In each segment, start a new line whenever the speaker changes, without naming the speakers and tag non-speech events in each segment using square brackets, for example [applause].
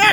é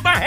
da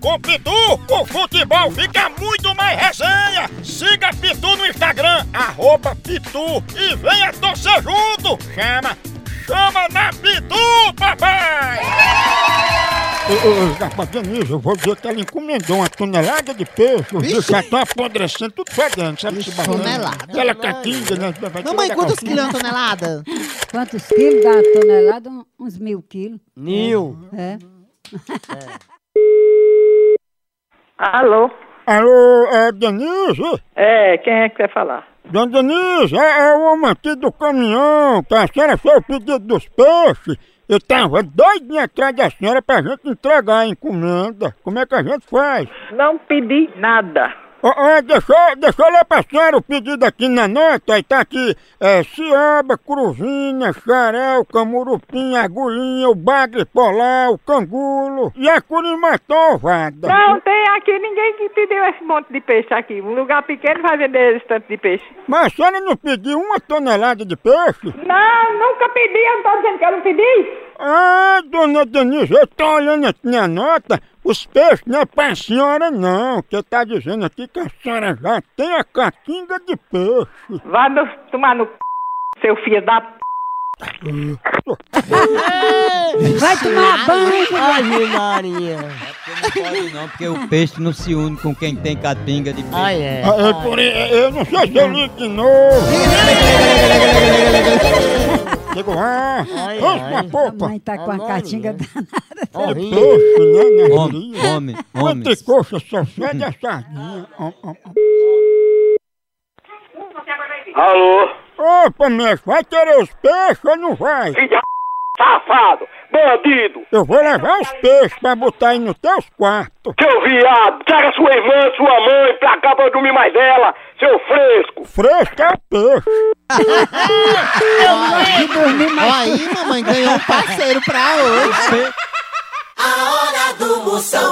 Com Pitu, o futebol fica muito mais resenha. Siga Pitu no Instagram, arroba Pitu e venha torcer junto. Chama, chama na Pitu, papai! Ô, ô, ô, rapaz, Denise, eu vou dizer que ela encomendou uma tonelada de peixe, os bichos já estão apodrecendo, tudo fedendo, sabe? esse barulho?
tonelada.
Aquela caquinha, né? Vai
Mamãe,
toda
quantos
calcinha.
quilos é uma
né,
tonelada?
Quantos quilos dá uma tonelada? Um- Uns mil quilos.
Nil.
É.
Alô?
Alô, é Denise?
É, quem é que quer falar?
Dona Denise, é, é o homem aqui do caminhão, que a senhora fez o pedido dos peixes. Eu tava doidinha atrás da senhora pra gente entregar a encomenda. Como é que a gente faz?
Não pedi nada.
Ó, ó, deixa, eu- deixa eu ler pra senhora o pedido aqui na nota. Aí tá aqui, é, ciaba, cruvinha, xarel, camurupim, agulhinha, o bagre polar, o cangulo e a curimatão, vada.
Não tem aqui ninguém que pediu esse monte de peixe aqui. Um lugar pequeno vai vender esse tanto de peixe.
Mas a senhora não pediu uma tonelada de peixe?
Não, nunca pedi. Eu não tô dizendo que eu não pedi.
Ah, dona Denise, eu tô olhando aqui na nota, os peixes não é pra senhora não, que tá dizendo aqui que a senhora já tem a catinga de peixe.
Vá no- tomar no c... seu filho da p...
Vai tomar banho,
Ave Maria.
Não pode não, porque o peixe não se une com quem tem catinga de peixe.
Ai, é.
Ah, eu, por- eu não sei se eu li de
[laughs]
novo. Digo, ah,
Ai,
vamos com a
ai.
a
popa.
mãe tá com a catinga danada.
De
Horrível.
peixe, né, minha
Homem,
filha?
homem, homem.
Anticoxa só fede a sardinha. Om, om, om.
Alô?
Opa, mestre, vai querer os peixes ou não vai?
Filho da safado, bandido,
Eu vou levar os peixes pra botar aí nos teus quartos.
seu viado, traga sua irmã, sua mãe pra cá pra eu dormir mais dela, seu fresco.
Fresco é o peixe.
De dormir mais
Aí, mamãe, ganhou um parceiro pra hoje.
A hora do Moção.